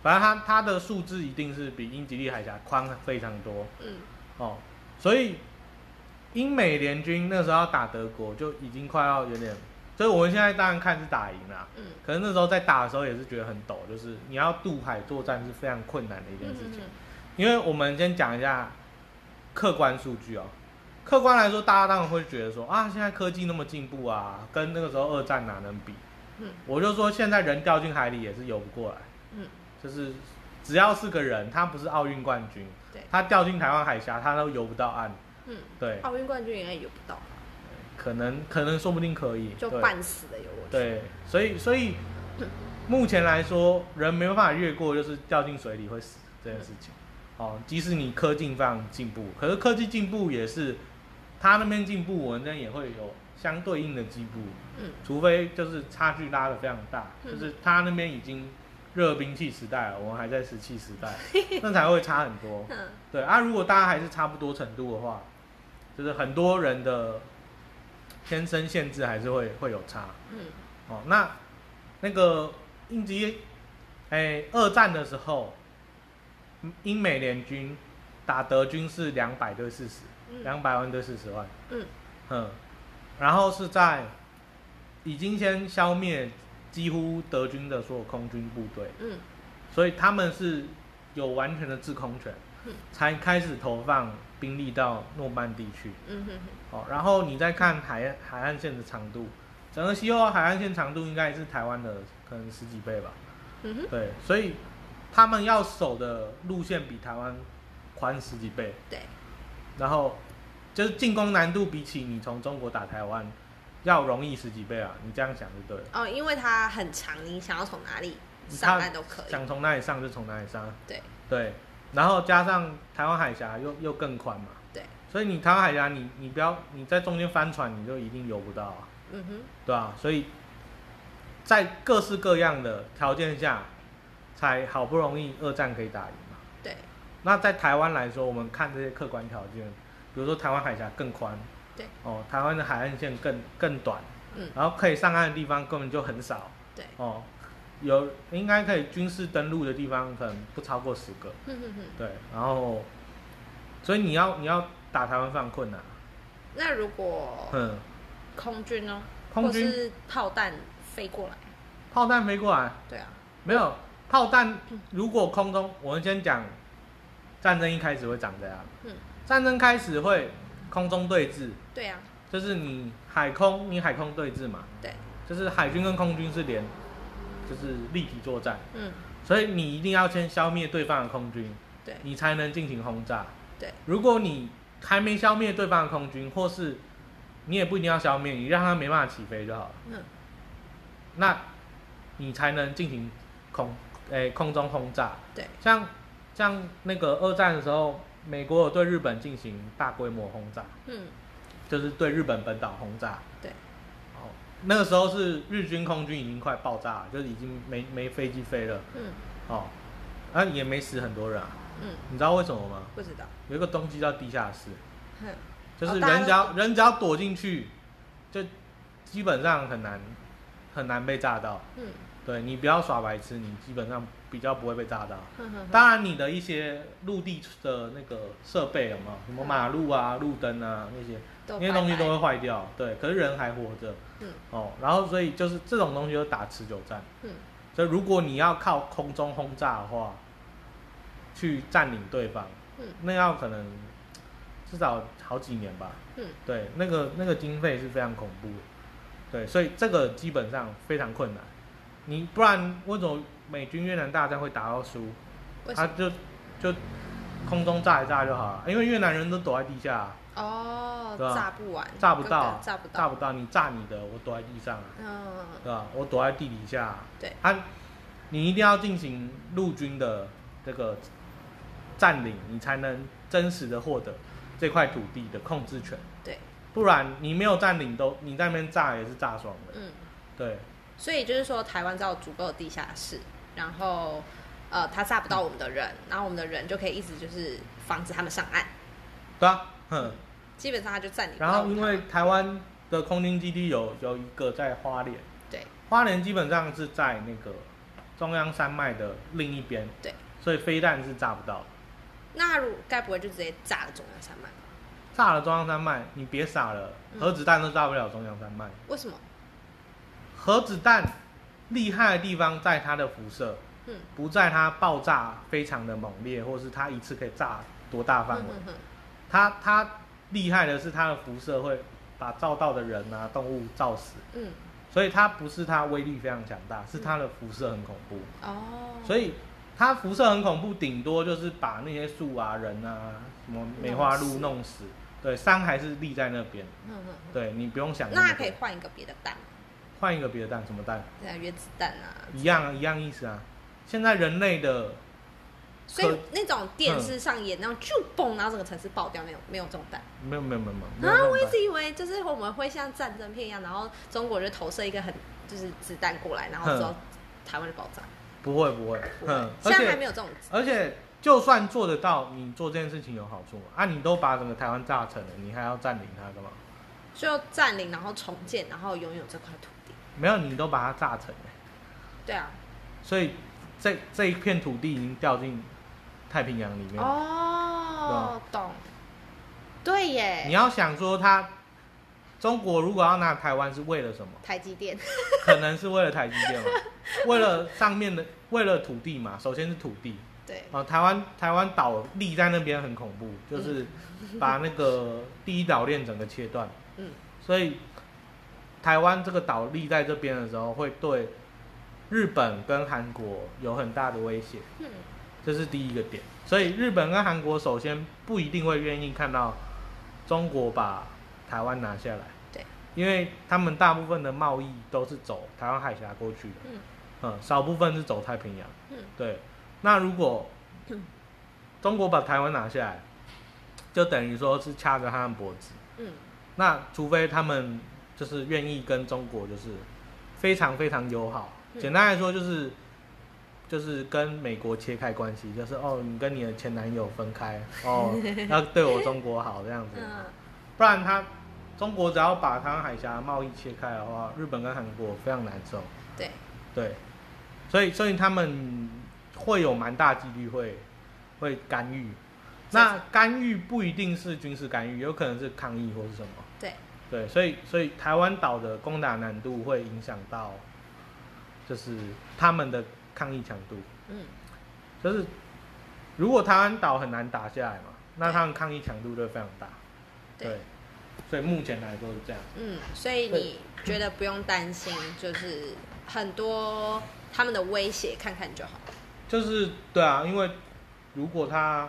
[SPEAKER 1] 反正它它的数字一定是比英吉利海峡宽非常多
[SPEAKER 2] 嗯，
[SPEAKER 1] 哦，所以英美联军那时候要打德国就已经快要有点，所以我们现在当然看是打赢啦，
[SPEAKER 2] 嗯
[SPEAKER 1] 可是那时候在打的时候也是觉得很陡，就是你要渡海作战是非常困难的一件
[SPEAKER 2] 嗯
[SPEAKER 1] 事情。
[SPEAKER 2] 嗯
[SPEAKER 1] 因为我们先讲一下客观数据哦。客观来说，大家当然会觉得说啊，现在科技那么进步啊，跟那个时候二战哪能比？
[SPEAKER 2] 嗯
[SPEAKER 1] 我就说现在人掉进海里也是游不过来，
[SPEAKER 2] 嗯，
[SPEAKER 1] 就是只要是个人，他不是奥运冠军
[SPEAKER 2] 对，
[SPEAKER 1] 他掉进台湾海峡，他都游不到岸。
[SPEAKER 2] 嗯
[SPEAKER 1] 对
[SPEAKER 2] 嗯，，奥运冠军应该游不到，
[SPEAKER 1] 可能可能说不定可以，
[SPEAKER 2] 就
[SPEAKER 1] 对
[SPEAKER 2] 半死的游过去。
[SPEAKER 1] 对，所以所以目前来说，人没有办法越过，就是掉进水里会死这件事情。哦，即使你科技非常进步，可是科技进步也是他那边进步，我们这边也会有相对应的进步，
[SPEAKER 2] 嗯
[SPEAKER 1] 除非就是差距拉得非常大，
[SPEAKER 2] 嗯
[SPEAKER 1] 就是他那边已经热兵器时代了，我们还在石器时代，那才会差很多。
[SPEAKER 2] 嗯
[SPEAKER 1] 对啊，如果大家还是差不多程度的话，就是很多人的天生限制还是会会有差。
[SPEAKER 2] 嗯
[SPEAKER 1] 哦，那那个应急，哎，二战的时候，嗯英美联军打德军是两百对四十，
[SPEAKER 2] 嗯
[SPEAKER 1] 两百万对四十万，
[SPEAKER 2] 嗯
[SPEAKER 1] 嗯，然后是在已经先消灭几乎德军的所有空军部队，
[SPEAKER 2] 嗯
[SPEAKER 1] 所以他们是有完全的制空权
[SPEAKER 2] 嗯，
[SPEAKER 1] 才开始投放兵力到诺曼底去。
[SPEAKER 2] 嗯哼哼
[SPEAKER 1] 哦，然后你再看海岸海岸线的长度，整个西欧海岸线长度应该是台湾的可能十几倍吧。
[SPEAKER 2] 嗯哼，
[SPEAKER 1] 对，所以他们要守的路线比台湾宽十几倍，
[SPEAKER 2] 对，
[SPEAKER 1] 然后就是进攻难度比起你从中国打台湾要容易十几倍啊。你这样想就对了，
[SPEAKER 2] 哦，因为它很长，你想要从哪里
[SPEAKER 1] 你
[SPEAKER 2] 上
[SPEAKER 1] 看
[SPEAKER 2] 岸都可以。
[SPEAKER 1] 想从哪里上就从哪里上。
[SPEAKER 2] 对
[SPEAKER 1] 对，然后加上台湾海峡又又更宽嘛，
[SPEAKER 2] 对，
[SPEAKER 1] 所以你台湾海峡你你不要你在中间翻船，你就一定游不到啊。
[SPEAKER 2] 嗯哼，
[SPEAKER 1] 对啊，所以在各式各样的条件下，才好不容易二战可以打赢嘛。
[SPEAKER 2] 对，
[SPEAKER 1] 那在台湾来说，我们看这些客观条件，比如说台湾海峡更宽，
[SPEAKER 2] 对，
[SPEAKER 1] 哦，台湾的海岸线更更短，
[SPEAKER 2] 嗯
[SPEAKER 1] 然后可以上岸的地方根本就很少，
[SPEAKER 2] 对，
[SPEAKER 1] 哦，有应该可以军事登陆的地方可能不超过十个，
[SPEAKER 2] 嗯哼哼。
[SPEAKER 1] 对，然后，所以你要你要打台湾非常困难，
[SPEAKER 2] 那如果
[SPEAKER 1] 嗯，
[SPEAKER 2] 空军呢？
[SPEAKER 1] 空军
[SPEAKER 2] 或是炮弹飞过来？
[SPEAKER 1] 炮弹飞过来，
[SPEAKER 2] 对啊，
[SPEAKER 1] 没有炮弹，如果空中，我们先讲战争一开始会长这样。
[SPEAKER 2] 嗯，
[SPEAKER 1] 战争开始会空中对峙，
[SPEAKER 2] 对啊，
[SPEAKER 1] 就是你海空，你海空对峙嘛，
[SPEAKER 2] 对，
[SPEAKER 1] 就是海军跟空军是连，就是立体作战，
[SPEAKER 2] 嗯，
[SPEAKER 1] 所以你一定要先消灭对方的空军，
[SPEAKER 2] 对
[SPEAKER 1] 你才能进行轰炸。
[SPEAKER 2] 对，
[SPEAKER 1] 如果你还没消灭对方的空军，或是你也不一定要消灭，你让他没办法起飞就好了。
[SPEAKER 2] 嗯
[SPEAKER 1] 那你才能进行空诶、空中轰炸。
[SPEAKER 2] 对，
[SPEAKER 1] 像像那个二战的时候，美国有对日本进行大规模轰炸，
[SPEAKER 2] 嗯，
[SPEAKER 1] 就是对日本本岛轰炸。
[SPEAKER 2] 对，
[SPEAKER 1] 哦，那个时候是日军空军已经快爆炸了，就是已经没没飞机飞了。
[SPEAKER 2] 嗯
[SPEAKER 1] 哦，啊也没死很多人啊，
[SPEAKER 2] 嗯，
[SPEAKER 1] 你知道为什么吗？
[SPEAKER 2] 不知道，
[SPEAKER 1] 有一个东西叫地下室，
[SPEAKER 2] 哼，
[SPEAKER 1] 就是
[SPEAKER 2] 哦大家
[SPEAKER 1] 人只要、
[SPEAKER 2] 都
[SPEAKER 1] 人只要躲进去，就基本上很难很难被炸到。
[SPEAKER 2] 嗯
[SPEAKER 1] 对你不要耍白痴，你基本上比较不会被炸到。
[SPEAKER 2] 哼哼哼，
[SPEAKER 1] 当然，你的一些陆地的那个设备有没有什么马路啊、路灯啊那些，
[SPEAKER 2] 都
[SPEAKER 1] 那些东西
[SPEAKER 2] 拜拜
[SPEAKER 1] 都会坏掉。对，可是人还活着
[SPEAKER 2] 嗯
[SPEAKER 1] 哦。然后，所以就是这种东西就打持久战。
[SPEAKER 2] 嗯
[SPEAKER 1] 所以，如果你要靠空中轰炸的话，去占领对方，
[SPEAKER 2] 嗯
[SPEAKER 1] 那要可能至少好几年吧。
[SPEAKER 2] 嗯
[SPEAKER 1] 对，那个那个经费是非常恐怖的，对，所以这个基本上非常困难。你不然为什么美军越南大战会打到输？
[SPEAKER 2] 为什
[SPEAKER 1] 他
[SPEAKER 2] 么？
[SPEAKER 1] 就就空中炸一炸就好了，因为越南人都躲在地下啊、
[SPEAKER 2] 哦，
[SPEAKER 1] 对啊
[SPEAKER 2] 炸不完，
[SPEAKER 1] 炸不到
[SPEAKER 2] 根
[SPEAKER 1] 啊
[SPEAKER 2] 本，炸不
[SPEAKER 1] 炸
[SPEAKER 2] 到，
[SPEAKER 1] 不到，你炸你的，我躲在地上啊，
[SPEAKER 2] 嗯，
[SPEAKER 1] 对吧？我躲在地底下啊、
[SPEAKER 2] 对
[SPEAKER 1] 啊，你一定要进行陆军的这个占领，你才能真实的获得这块土地的控制权。
[SPEAKER 2] 对，
[SPEAKER 1] 不然你没有占领都，你在那边炸也是炸爽的。
[SPEAKER 2] 嗯，
[SPEAKER 1] 对，
[SPEAKER 2] 所以就是说，台湾只要有足够的地下室，然后呃，他炸不到我们的人，然后我们的人就可以一直就是防止他们上岸，
[SPEAKER 1] 对啊，哼。
[SPEAKER 2] 基本上他就占领不
[SPEAKER 1] 然
[SPEAKER 2] 到台
[SPEAKER 1] 后
[SPEAKER 2] 湾。
[SPEAKER 1] 因为台湾的空军基地有有一个在花莲，
[SPEAKER 2] 对，
[SPEAKER 1] 花莲基本上是在那个中央山脉的另一边，
[SPEAKER 2] 对，
[SPEAKER 1] 所以飞弹是炸不到的。
[SPEAKER 2] 那如该不会就直接炸了中央山脉吧？
[SPEAKER 1] 炸了中央山脉，你别傻了，
[SPEAKER 2] 嗯
[SPEAKER 1] 核子弹都炸不了中央山脉。
[SPEAKER 2] 为什么？
[SPEAKER 1] 核子弹厉害的地方在它的辐射，
[SPEAKER 2] 嗯，
[SPEAKER 1] 不在它爆炸非常的猛烈，或是它一次可以炸多大范围。
[SPEAKER 2] 嗯哼
[SPEAKER 1] 它它厉害的是它的辐射会把照到的人啊、动物照死，
[SPEAKER 2] 嗯，
[SPEAKER 1] 所以它不是它威力非常强大，是它的辐射很恐怖。
[SPEAKER 2] 哦，
[SPEAKER 1] 所以它辐射很恐怖，顶多就是把那些树啊、人啊、什么梅花鹿
[SPEAKER 2] 弄死
[SPEAKER 1] 弄死。对，伤还是立在那边。
[SPEAKER 2] 嗯哼哼
[SPEAKER 1] 对你不用想
[SPEAKER 2] 那
[SPEAKER 1] 么
[SPEAKER 2] 可以
[SPEAKER 1] 多
[SPEAKER 2] 换一个别的蛋吗，
[SPEAKER 1] 换一个别的蛋，什么蛋？
[SPEAKER 2] 对啊，原子弹啊。
[SPEAKER 1] 一样啊，一样意思啊。现在人类的
[SPEAKER 2] 所以
[SPEAKER 1] 可嗯
[SPEAKER 2] 那种电视上演那种就嘣，然后整个城市爆掉那种，没有这种弹。
[SPEAKER 1] 没有没有没有没有没有那
[SPEAKER 2] 啊，
[SPEAKER 1] 种
[SPEAKER 2] 我一
[SPEAKER 1] 蛋
[SPEAKER 2] 直以为就是我们会像战争片一样，然后中国就投射一个很就是子弹过来，然后之
[SPEAKER 1] 嗯
[SPEAKER 2] 后台湾就爆炸。
[SPEAKER 1] 不会不会，
[SPEAKER 2] 不会
[SPEAKER 1] 嗯，而
[SPEAKER 2] 现在还没
[SPEAKER 1] 且
[SPEAKER 2] 有这种。
[SPEAKER 1] 而且就算做得到，你做这件事情有好处吗？啊，你都把整个台湾炸成了，你还要占领它干嘛？
[SPEAKER 2] 就占领，然后重建，然后拥有这块土地。
[SPEAKER 1] 没有，你都把它炸成了，
[SPEAKER 2] 对啊，
[SPEAKER 1] 所以这这一片土地已经掉进太平洋里面了。
[SPEAKER 2] 哦，懂，对
[SPEAKER 1] 你
[SPEAKER 2] 耶，
[SPEAKER 1] 要想说它，中国如果要拿台湾是为了什么？
[SPEAKER 2] 台积电，
[SPEAKER 1] 可能是为了台积电嘛，为了上面的，为了土地嘛，首先是土地。
[SPEAKER 2] 对，
[SPEAKER 1] 啊，台湾台湾岛立在那边很恐怖，就是把那个第一岛链整个切断，
[SPEAKER 2] 嗯，
[SPEAKER 1] 所以台湾这个岛立在这边的时候，会对日本跟韩国有很大的威胁，
[SPEAKER 2] 嗯，
[SPEAKER 1] 这是第一个点。所以日本跟韩国首先不一定会愿意看到中国把台湾拿下来，
[SPEAKER 2] 对，
[SPEAKER 1] 因为他们大部分的贸易都是走台湾海峡过去的，
[SPEAKER 2] 嗯
[SPEAKER 1] 嗯，少部分是走太平洋。
[SPEAKER 2] 嗯
[SPEAKER 1] 对，那如果中国把台湾拿下来，就等于说是掐着他们脖子。
[SPEAKER 2] 嗯，
[SPEAKER 1] 那除非他们就是愿意跟中国就是非常非常友好，
[SPEAKER 2] 嗯
[SPEAKER 1] 简单来说就是就是跟美国切开关系，就是哦你跟你的前男友分开
[SPEAKER 2] *laughs*
[SPEAKER 1] 哦，要对我中国好这样子，
[SPEAKER 2] 嗯，
[SPEAKER 1] 不然他中国只要把台湾海峡贸易切开的话，日本跟韩国非常难受。
[SPEAKER 2] 对，
[SPEAKER 1] 对，所以所以他们会有蛮大几率会会干预，那干预不一定是军事干预，有可能是抗议或是什么。
[SPEAKER 2] 对，
[SPEAKER 1] 对，所以所以台湾岛的攻打难度会影响到，就是他们的抗议强度，
[SPEAKER 2] 嗯，
[SPEAKER 1] 就是如果台湾岛很难打下来嘛，那
[SPEAKER 2] 对
[SPEAKER 1] 他们抗议强度就会非常大。
[SPEAKER 2] 对
[SPEAKER 1] 对，所以目前来说是这样。
[SPEAKER 2] 嗯，所以你觉得不用担心，就是很多他们的威胁，看看就好。
[SPEAKER 1] 就是对啊，因为如果他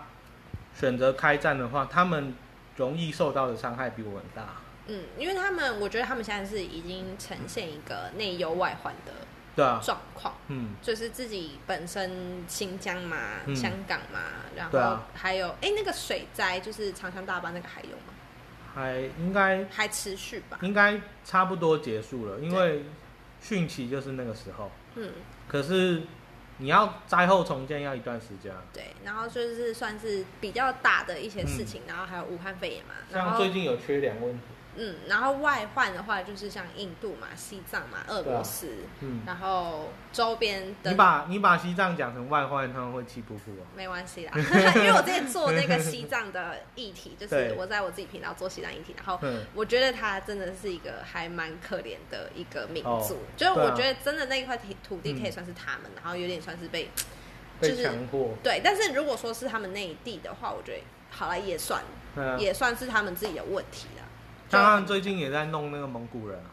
[SPEAKER 1] 选择开战的话，他们容易受到的伤害比我们大。
[SPEAKER 2] 嗯，因为他们，我觉得他们现在是已经呈现一个内忧外患的
[SPEAKER 1] 对啊，
[SPEAKER 2] 状况。
[SPEAKER 1] 嗯，
[SPEAKER 2] 就是自己本身新疆嘛、
[SPEAKER 1] 嗯
[SPEAKER 2] 香港嘛，然
[SPEAKER 1] 对
[SPEAKER 2] 后
[SPEAKER 1] 啊
[SPEAKER 2] 还有哎、诶那个水灾，就是长江大坝那个还有吗？
[SPEAKER 1] 还应该
[SPEAKER 2] 还持续吧？
[SPEAKER 1] 应该差不多结束了，因为汛期就是那个时候。
[SPEAKER 2] 嗯，
[SPEAKER 1] 可是你要灾后重建要一段时间啊，
[SPEAKER 2] 对。然后就是算是比较大的一些事情，然后还有武汉肺炎嘛，然
[SPEAKER 1] 嗯像
[SPEAKER 2] 后
[SPEAKER 1] 最近有缺粮问题，
[SPEAKER 2] 嗯，然后外患的话就是像印度嘛、西藏嘛、俄
[SPEAKER 1] 对啊
[SPEAKER 2] 罗斯，
[SPEAKER 1] 嗯，
[SPEAKER 2] 然后周边
[SPEAKER 1] 你
[SPEAKER 2] 的。
[SPEAKER 1] 把你把西藏讲成外患，他们会气不服啊。
[SPEAKER 2] 没关
[SPEAKER 1] *laughs*
[SPEAKER 2] 系啦，因为我之前做那个西藏的议题，就是
[SPEAKER 1] 对
[SPEAKER 2] 我在我自己频道做西藏议题，然后
[SPEAKER 1] 嗯，
[SPEAKER 2] 我觉得它真的是一个还蛮可怜的一个民族，
[SPEAKER 1] 哦
[SPEAKER 2] 就是
[SPEAKER 1] 对
[SPEAKER 2] 我
[SPEAKER 1] 啊
[SPEAKER 2] 觉得真的那一块土土地可以
[SPEAKER 1] 嗯
[SPEAKER 2] 算是他们，然后有点算是被就
[SPEAKER 1] 被
[SPEAKER 2] 是
[SPEAKER 1] 强迫，
[SPEAKER 2] 对，但是如果说是他们内地的话，我觉得好了也算、
[SPEAKER 1] 嗯、啊，
[SPEAKER 2] 也算是他们自己的问题了。
[SPEAKER 1] 像他们最近也在弄那个蒙古人啊，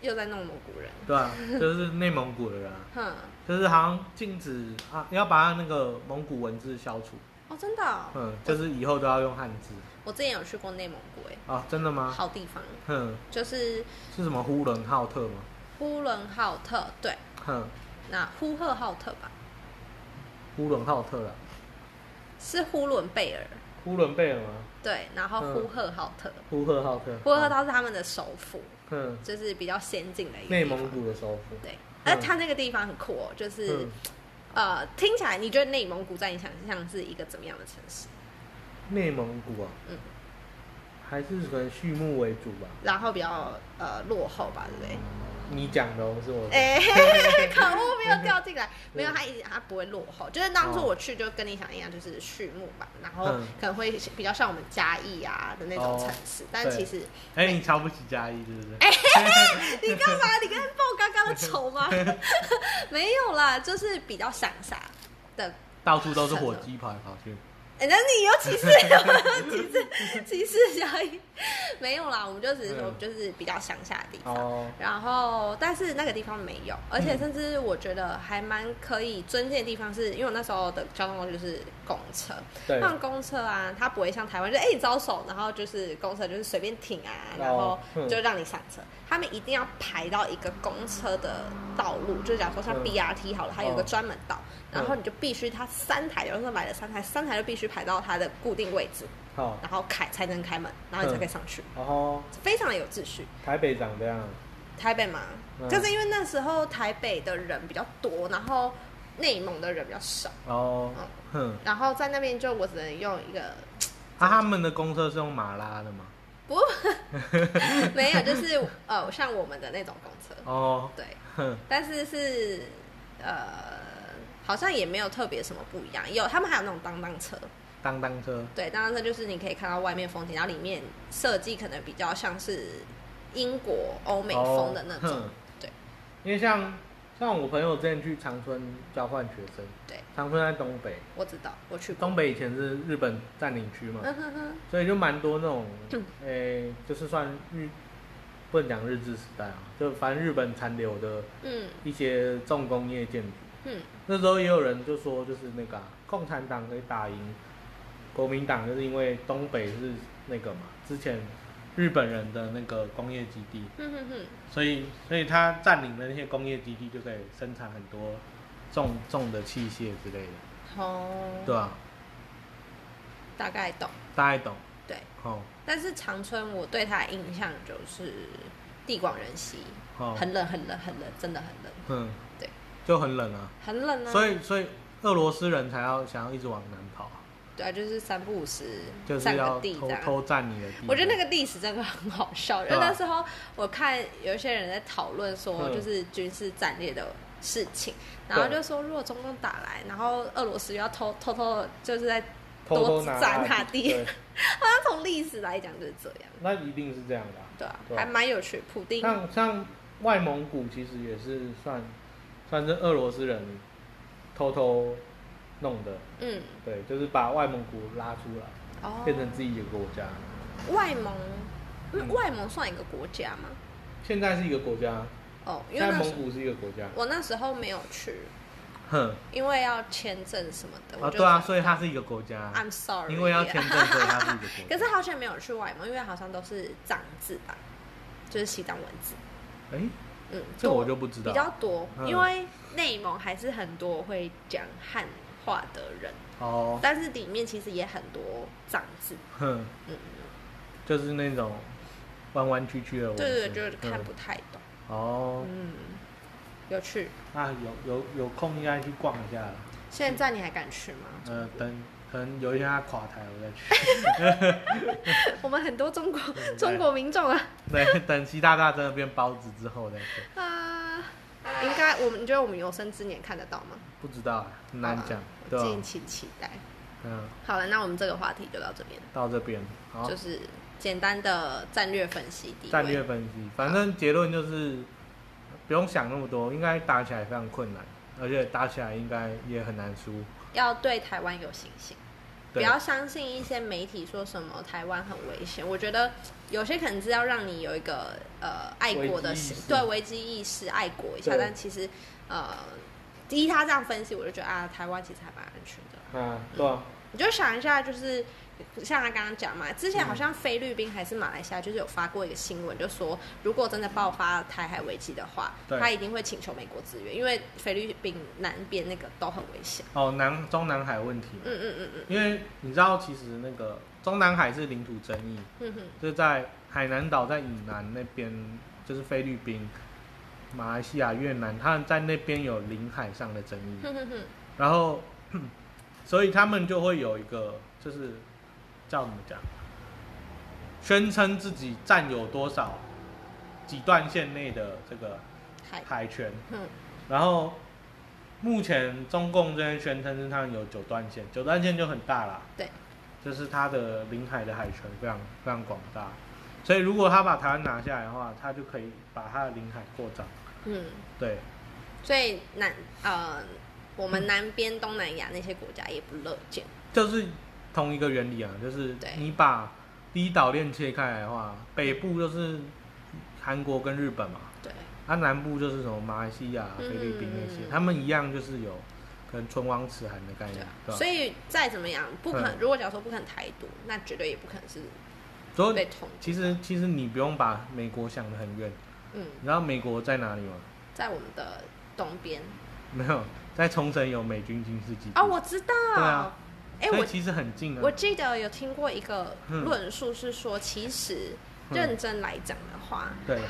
[SPEAKER 2] 又在弄蒙古人，
[SPEAKER 1] 对啊， *laughs* 就是内蒙古的人啊。
[SPEAKER 2] 哼，
[SPEAKER 1] 就是好像禁止啊，要把它那个蒙古文字消除，
[SPEAKER 2] 哦，真的哦、
[SPEAKER 1] 嗯，就是以后都要用汉字
[SPEAKER 2] 我之前有去过内蒙古、哎、
[SPEAKER 1] 啊，真的吗？
[SPEAKER 2] 好地方，
[SPEAKER 1] 哼，
[SPEAKER 2] 就是
[SPEAKER 1] 是什么呼伦浩特吗？
[SPEAKER 2] 呼伦浩特，对，
[SPEAKER 1] 哼，
[SPEAKER 2] 那呼赫浩特吧，
[SPEAKER 1] 呼伦浩特啦，
[SPEAKER 2] 是呼伦贝尔，
[SPEAKER 1] 呼伦贝尔吗？
[SPEAKER 2] 对，然后
[SPEAKER 1] 嗯哦
[SPEAKER 2] 呼赫浩特，
[SPEAKER 1] 呼和浩特，嗯
[SPEAKER 2] 呼赫浩特是他们的首府。
[SPEAKER 1] 哼，
[SPEAKER 2] 就是比较先进的一个
[SPEAKER 1] 内
[SPEAKER 2] 地方
[SPEAKER 1] 蒙古的首府，
[SPEAKER 2] 对，而它那个地方很酷哦，就是、
[SPEAKER 1] 嗯，
[SPEAKER 2] 呃，听起来你觉得内蒙古在你想象是一个怎么样的城市？
[SPEAKER 1] 内蒙古啊，
[SPEAKER 2] 嗯
[SPEAKER 1] 还是可能畜牧为主吧，
[SPEAKER 2] 然后比较呃落后吧，对不对？
[SPEAKER 1] 你讲的哦，是我的。
[SPEAKER 2] 哎、 *laughs* 可恶，没有掉进来，
[SPEAKER 1] 嗯
[SPEAKER 2] 没有，它一直它不会落后。就是当初我去，就跟你想的一样，就是畜牧吧，然后
[SPEAKER 1] 哦嗯哦
[SPEAKER 2] 可能会比较像我们嘉义啊的那种城市，但
[SPEAKER 1] 对
[SPEAKER 2] 其实
[SPEAKER 1] 哎、你瞧不起嘉义是不
[SPEAKER 2] 哎
[SPEAKER 1] 是？
[SPEAKER 2] 你干嘛？你跟爆刚刚的仇吗？ *laughs* 没有啦，就是比较乡下的。
[SPEAKER 1] 到处都是火鸡跑来跑去。
[SPEAKER 2] 哎、那你有
[SPEAKER 1] *laughs*
[SPEAKER 2] 歧视？有歧视？歧视小姨？没有啦，我们就只是说
[SPEAKER 1] 嗯，
[SPEAKER 2] 就是比较乡下的地方。
[SPEAKER 1] 哦，嗯
[SPEAKER 2] 然后，但是那个地方没有，而且甚至我觉得还蛮可以尊敬的地方是，因为我那时候的交通工具就是公车，
[SPEAKER 1] 对，
[SPEAKER 2] 放公车啊，它不会像台湾就哎、你招手，然后就是公车就是随便停啊，
[SPEAKER 1] 哦
[SPEAKER 2] 然后
[SPEAKER 1] 嗯
[SPEAKER 2] 就让你上车。他们一定要排到一个公车的道路，就是假如说像
[SPEAKER 1] 嗯
[SPEAKER 2] BRT 好了，它有一个
[SPEAKER 1] 哦
[SPEAKER 2] 专门道，
[SPEAKER 1] 嗯
[SPEAKER 2] 然后你就必须它三台，有时候买了三台，三台就必须排到它的固定位置，
[SPEAKER 1] 好，
[SPEAKER 2] 然后开才能开门，然后你才可以上去，
[SPEAKER 1] 然后
[SPEAKER 2] 非常的有秩序。
[SPEAKER 1] 台北长这样，
[SPEAKER 2] 台北嘛，
[SPEAKER 1] 嗯
[SPEAKER 2] 就是因为那时候台北的人比较多，然后内蒙的人比较少，
[SPEAKER 1] 然后
[SPEAKER 2] 嗯，
[SPEAKER 1] 哼，
[SPEAKER 2] 然后在那边就我只能用一个
[SPEAKER 1] 啊，他们的公车是用马拉的嘛？
[SPEAKER 2] 不， *laughs* 没有，就是呃，像我们的那种公车，
[SPEAKER 1] 哦，
[SPEAKER 2] 对，
[SPEAKER 1] 哼，
[SPEAKER 2] 但是是呃，好像也没有特别什么不一样。有他们还有那种当当车，
[SPEAKER 1] 当当车，
[SPEAKER 2] 对，当当车就是你可以看到外面风景，然后里面设计可能比较像是英国欧美风的那种，
[SPEAKER 1] 哦哼
[SPEAKER 2] 对
[SPEAKER 1] 因为像像我朋友之前去长春交换学生，
[SPEAKER 2] 对，
[SPEAKER 1] 长春在东北，
[SPEAKER 2] 我知道，我去过，
[SPEAKER 1] 东北以前是日本占领区嘛，
[SPEAKER 2] 嗯哼哼，
[SPEAKER 1] 所以就蛮多那种
[SPEAKER 2] 嗯，
[SPEAKER 1] 诶、就是算日，不能讲日治时代啊，就反正日本残留的
[SPEAKER 2] 嗯
[SPEAKER 1] 一些重工业建筑。
[SPEAKER 2] 嗯，
[SPEAKER 1] 那时候也有人就说，就是那个啊、共产党可以打赢国民党，就是因为东北是那个嘛，之前日本人的那个工业基地，
[SPEAKER 2] 嗯哼哼，
[SPEAKER 1] 所以所以他占领了那些工业基地，就可以生产很多重重的器械之类的，
[SPEAKER 2] 哦，
[SPEAKER 1] 对吧、啊？
[SPEAKER 2] 大概懂，
[SPEAKER 1] 大概懂
[SPEAKER 2] 对。
[SPEAKER 1] 哦
[SPEAKER 2] 但是长春，我对它的印象就是地广人稀，
[SPEAKER 1] 哦，
[SPEAKER 2] 很冷，很冷，很冷，真的很冷，
[SPEAKER 1] 嗯，
[SPEAKER 2] 对，
[SPEAKER 1] 就很冷啊，
[SPEAKER 2] 很冷啊。
[SPEAKER 1] 所以所以俄罗斯人才要想要一直往南跑啊，
[SPEAKER 2] 对啊，就是三不五时
[SPEAKER 1] 就是
[SPEAKER 2] 占
[SPEAKER 1] 要
[SPEAKER 2] 个地这
[SPEAKER 1] 偷
[SPEAKER 2] 样。
[SPEAKER 1] 偷占你的地。
[SPEAKER 2] 我觉得那个历史真的很好笑，因
[SPEAKER 1] 对
[SPEAKER 2] 为
[SPEAKER 1] 啊
[SPEAKER 2] 那时候我看有一些人在讨论说，
[SPEAKER 1] 嗯
[SPEAKER 2] 就是军事战略的事情，然后
[SPEAKER 1] 对
[SPEAKER 2] 就说如果中共打来，然后俄罗斯又要偷偷偷地就是在
[SPEAKER 1] 偷偷
[SPEAKER 2] 多
[SPEAKER 1] 拿
[SPEAKER 2] 占
[SPEAKER 1] 他
[SPEAKER 2] 他
[SPEAKER 1] 的
[SPEAKER 2] 地，
[SPEAKER 1] 对
[SPEAKER 2] 好像从历史来讲就是这样，
[SPEAKER 1] 那一定是这样的啊、
[SPEAKER 2] 对啊，
[SPEAKER 1] 对啊
[SPEAKER 2] 还蛮有趣。普丁，
[SPEAKER 1] 像像外蒙古其实也是算算是俄罗斯人偷偷弄的，
[SPEAKER 2] 嗯，
[SPEAKER 1] 对，就是把外蒙古拉出来，
[SPEAKER 2] 哦，
[SPEAKER 1] 变成自己的国家。
[SPEAKER 2] 外蒙，
[SPEAKER 1] 嗯
[SPEAKER 2] 外蒙算一个国家吗？
[SPEAKER 1] 现在是一个国家，
[SPEAKER 2] 哦，因
[SPEAKER 1] 现
[SPEAKER 2] 为
[SPEAKER 1] 在
[SPEAKER 2] 那
[SPEAKER 1] 蒙
[SPEAKER 2] 时候
[SPEAKER 1] 古是一个国家。
[SPEAKER 2] 我那时候没有去，
[SPEAKER 1] 哼，
[SPEAKER 2] 因为要签证什么的。我
[SPEAKER 1] 啊，
[SPEAKER 2] 就
[SPEAKER 1] 对啊，
[SPEAKER 2] 想
[SPEAKER 1] 所以它是一个国家，
[SPEAKER 2] I'm sorry，
[SPEAKER 1] 因为要签证，所以它是一个国家。
[SPEAKER 2] *laughs* 可是好像没有去外蒙，因为好像都是藏字吧，就是西藏文字。
[SPEAKER 1] 哎、
[SPEAKER 2] 嗯，
[SPEAKER 1] 这个
[SPEAKER 2] 多
[SPEAKER 1] 我就不知道
[SPEAKER 2] 比较多，
[SPEAKER 1] 嗯
[SPEAKER 2] 因为内蒙还是很多会讲汉话的人，
[SPEAKER 1] 哦，
[SPEAKER 2] 但是里面其实也很多藏字。
[SPEAKER 1] 哼，
[SPEAKER 2] 嗯，
[SPEAKER 1] *laughs* 就是那种弯弯曲曲的文字，
[SPEAKER 2] 对对对，就是看
[SPEAKER 1] 嗯
[SPEAKER 2] 不太懂。
[SPEAKER 1] 哦，
[SPEAKER 2] 嗯，有趣。
[SPEAKER 1] 那有有有空应该去逛一下啦。
[SPEAKER 2] 现在你还敢去吗？
[SPEAKER 1] 呃，等可能有一天它垮台，我再去。 *laughs*
[SPEAKER 2] 我们很多中国
[SPEAKER 1] 嗯
[SPEAKER 2] 中国民众啊
[SPEAKER 1] 对， *laughs* 等习大大真的变包子之后再说，
[SPEAKER 2] 啊，应该我们你觉得我们有生之年看得到吗？
[SPEAKER 1] 不知道啊，很难讲，
[SPEAKER 2] 好
[SPEAKER 1] 对
[SPEAKER 2] 啊
[SPEAKER 1] 吧、
[SPEAKER 2] 敬请期待。
[SPEAKER 1] 嗯，
[SPEAKER 2] 好了，那我们这个话题就到这边，
[SPEAKER 1] 到这边好
[SPEAKER 2] 就，是简单的战略分析地位。
[SPEAKER 1] 战略分析，反正结论就是不用想那么多，应该打起来非常困难，而且打起来应该也很难输。
[SPEAKER 2] 要对台湾有信心，不
[SPEAKER 1] 对，
[SPEAKER 2] 要相信一些媒体说什么台湾很危险。我觉得有些可能是要让你有一个呃爱国的
[SPEAKER 1] 危机
[SPEAKER 2] 心
[SPEAKER 1] 意识
[SPEAKER 2] 对危机意识，爱国一下。
[SPEAKER 1] 对
[SPEAKER 2] 但其实呃，依他这样分析，我就觉得啊，台湾其实还蛮安全的。
[SPEAKER 1] 嗯，对、啊，
[SPEAKER 2] 你就想一下，就是像他刚刚讲嘛，之
[SPEAKER 1] 嗯
[SPEAKER 2] 前好像菲律宾还是马来西亚，就是有发过一个新闻，就说如果真的爆发台海危机的话，
[SPEAKER 1] 对
[SPEAKER 2] 他一定会请求美国支援，因为菲律宾南边那个都很危险。
[SPEAKER 1] 哦，南中南海问题，
[SPEAKER 2] 嗯嗯嗯嗯
[SPEAKER 1] 因为你知道，其实那个中南海是领土争议，
[SPEAKER 2] 嗯哼，
[SPEAKER 1] 就是在海南岛在以南那边，就是菲律宾、马来西亚、越南，他们在那边有领海上的争议，
[SPEAKER 2] 哼哼哼，
[SPEAKER 1] 然后， *clears throat* 所以他们就会有一个，就是叫怎么讲，宣称自己占有多少几段线内的这个
[SPEAKER 2] 海
[SPEAKER 1] 海权，
[SPEAKER 2] 嗯
[SPEAKER 1] 然后目前中共这边宣称是他们有九段线，九段线就很大啦。
[SPEAKER 2] 对，
[SPEAKER 1] 就是它的领海的海权非常非常广大，所以如果他把台湾拿下来的话，他就可以把他的领海扩张。
[SPEAKER 2] 嗯，
[SPEAKER 1] 对，
[SPEAKER 2] 所以南呃，我
[SPEAKER 1] 嗯
[SPEAKER 2] 们南边东南亚那些国家也不乐见。
[SPEAKER 1] 就是同一个原理啊，就是
[SPEAKER 2] 对
[SPEAKER 1] 你把第一岛链切开来的话，北部就是韩国跟日本嘛，
[SPEAKER 2] 对，
[SPEAKER 1] 它、南部就是什么马来西亚、
[SPEAKER 2] 嗯
[SPEAKER 1] 菲律宾那些
[SPEAKER 2] 嗯，
[SPEAKER 1] 他们一样就是有跟唇亡齿寒的概
[SPEAKER 2] 对
[SPEAKER 1] 念
[SPEAKER 2] 啊，
[SPEAKER 1] 对吧？
[SPEAKER 2] 所以再怎么样，不可能。
[SPEAKER 1] 嗯
[SPEAKER 2] 如果假如说不肯台独，那绝对也不可能是
[SPEAKER 1] 所以
[SPEAKER 2] 被统治。
[SPEAKER 1] 其实其实你不用把美国想得很远，
[SPEAKER 2] 嗯，
[SPEAKER 1] 你知道美国在哪里吗？ *laughs*
[SPEAKER 2] 在我们的东边
[SPEAKER 1] 没有，在冲绳有美军军事基地
[SPEAKER 2] 啊，我知道。
[SPEAKER 1] 对啊
[SPEAKER 2] 哎、
[SPEAKER 1] 所以
[SPEAKER 2] 我
[SPEAKER 1] 其实很近啊。
[SPEAKER 2] 我记得有听过一个
[SPEAKER 1] 嗯
[SPEAKER 2] 论述是说，其实
[SPEAKER 1] 嗯
[SPEAKER 2] 认真来讲的话，
[SPEAKER 1] 对，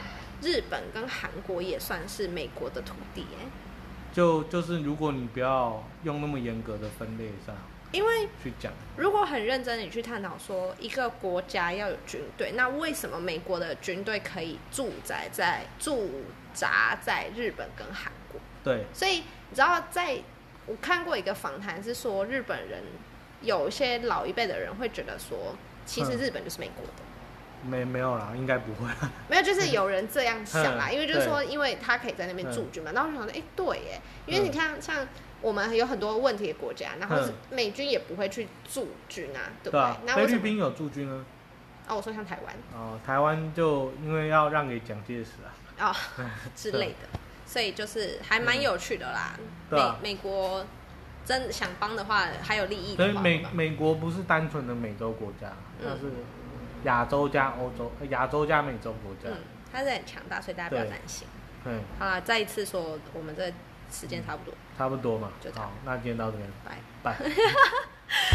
[SPEAKER 2] 日本跟韩国也算是美国的土地哎、
[SPEAKER 1] 就就是如果你不要用那么严格的分类上
[SPEAKER 2] 因为
[SPEAKER 1] 去讲，
[SPEAKER 2] 如果很认真地去探讨说一个国家要有军队，那为什么美国的军队可以驻扎在驻扎在日本跟韩国？
[SPEAKER 1] 对，
[SPEAKER 2] 所以你知道在，我看过一个访谈是说，日本人有一些老一辈的人会觉得说，其实
[SPEAKER 1] 嗯
[SPEAKER 2] 日本就是美国的，
[SPEAKER 1] 没没有啦，应该不会啦。
[SPEAKER 2] 没有就是有人这样想啦，
[SPEAKER 1] 嗯
[SPEAKER 2] 因为就是说，因为他可以在那边驻军嘛。然后我想说，哎、对耶，因为你看像。我们有很多问题的国家，然后
[SPEAKER 1] 嗯
[SPEAKER 2] 美军也不会去驻军啊，对不
[SPEAKER 1] 对啊，
[SPEAKER 2] 那
[SPEAKER 1] 菲
[SPEAKER 2] 为什
[SPEAKER 1] 律
[SPEAKER 2] 么？
[SPEAKER 1] 宾有驻军啊，
[SPEAKER 2] 哦，我说像台湾
[SPEAKER 1] 哦，台湾就因为要让给蒋介石啊， *laughs*
[SPEAKER 2] 哦之类的，所以就是还蛮有趣的啦。
[SPEAKER 1] 对啊
[SPEAKER 2] 美美国真想帮的话，还有利益
[SPEAKER 1] 所以
[SPEAKER 2] 的话
[SPEAKER 1] 美
[SPEAKER 2] 嘛
[SPEAKER 1] 美国不是单纯的美洲国家，
[SPEAKER 2] 嗯
[SPEAKER 1] 它是亚洲加欧洲，呃亚洲加美洲国家
[SPEAKER 2] 嗯。，它是很强大，所以大家不要
[SPEAKER 1] 对
[SPEAKER 2] 担心。
[SPEAKER 1] 嗯，
[SPEAKER 2] 好啦，再一次说，我们这时间差不多，
[SPEAKER 1] 差不多嘛
[SPEAKER 2] 就。这样
[SPEAKER 1] 好，那今天到这边，
[SPEAKER 2] 拜。
[SPEAKER 1] 拜。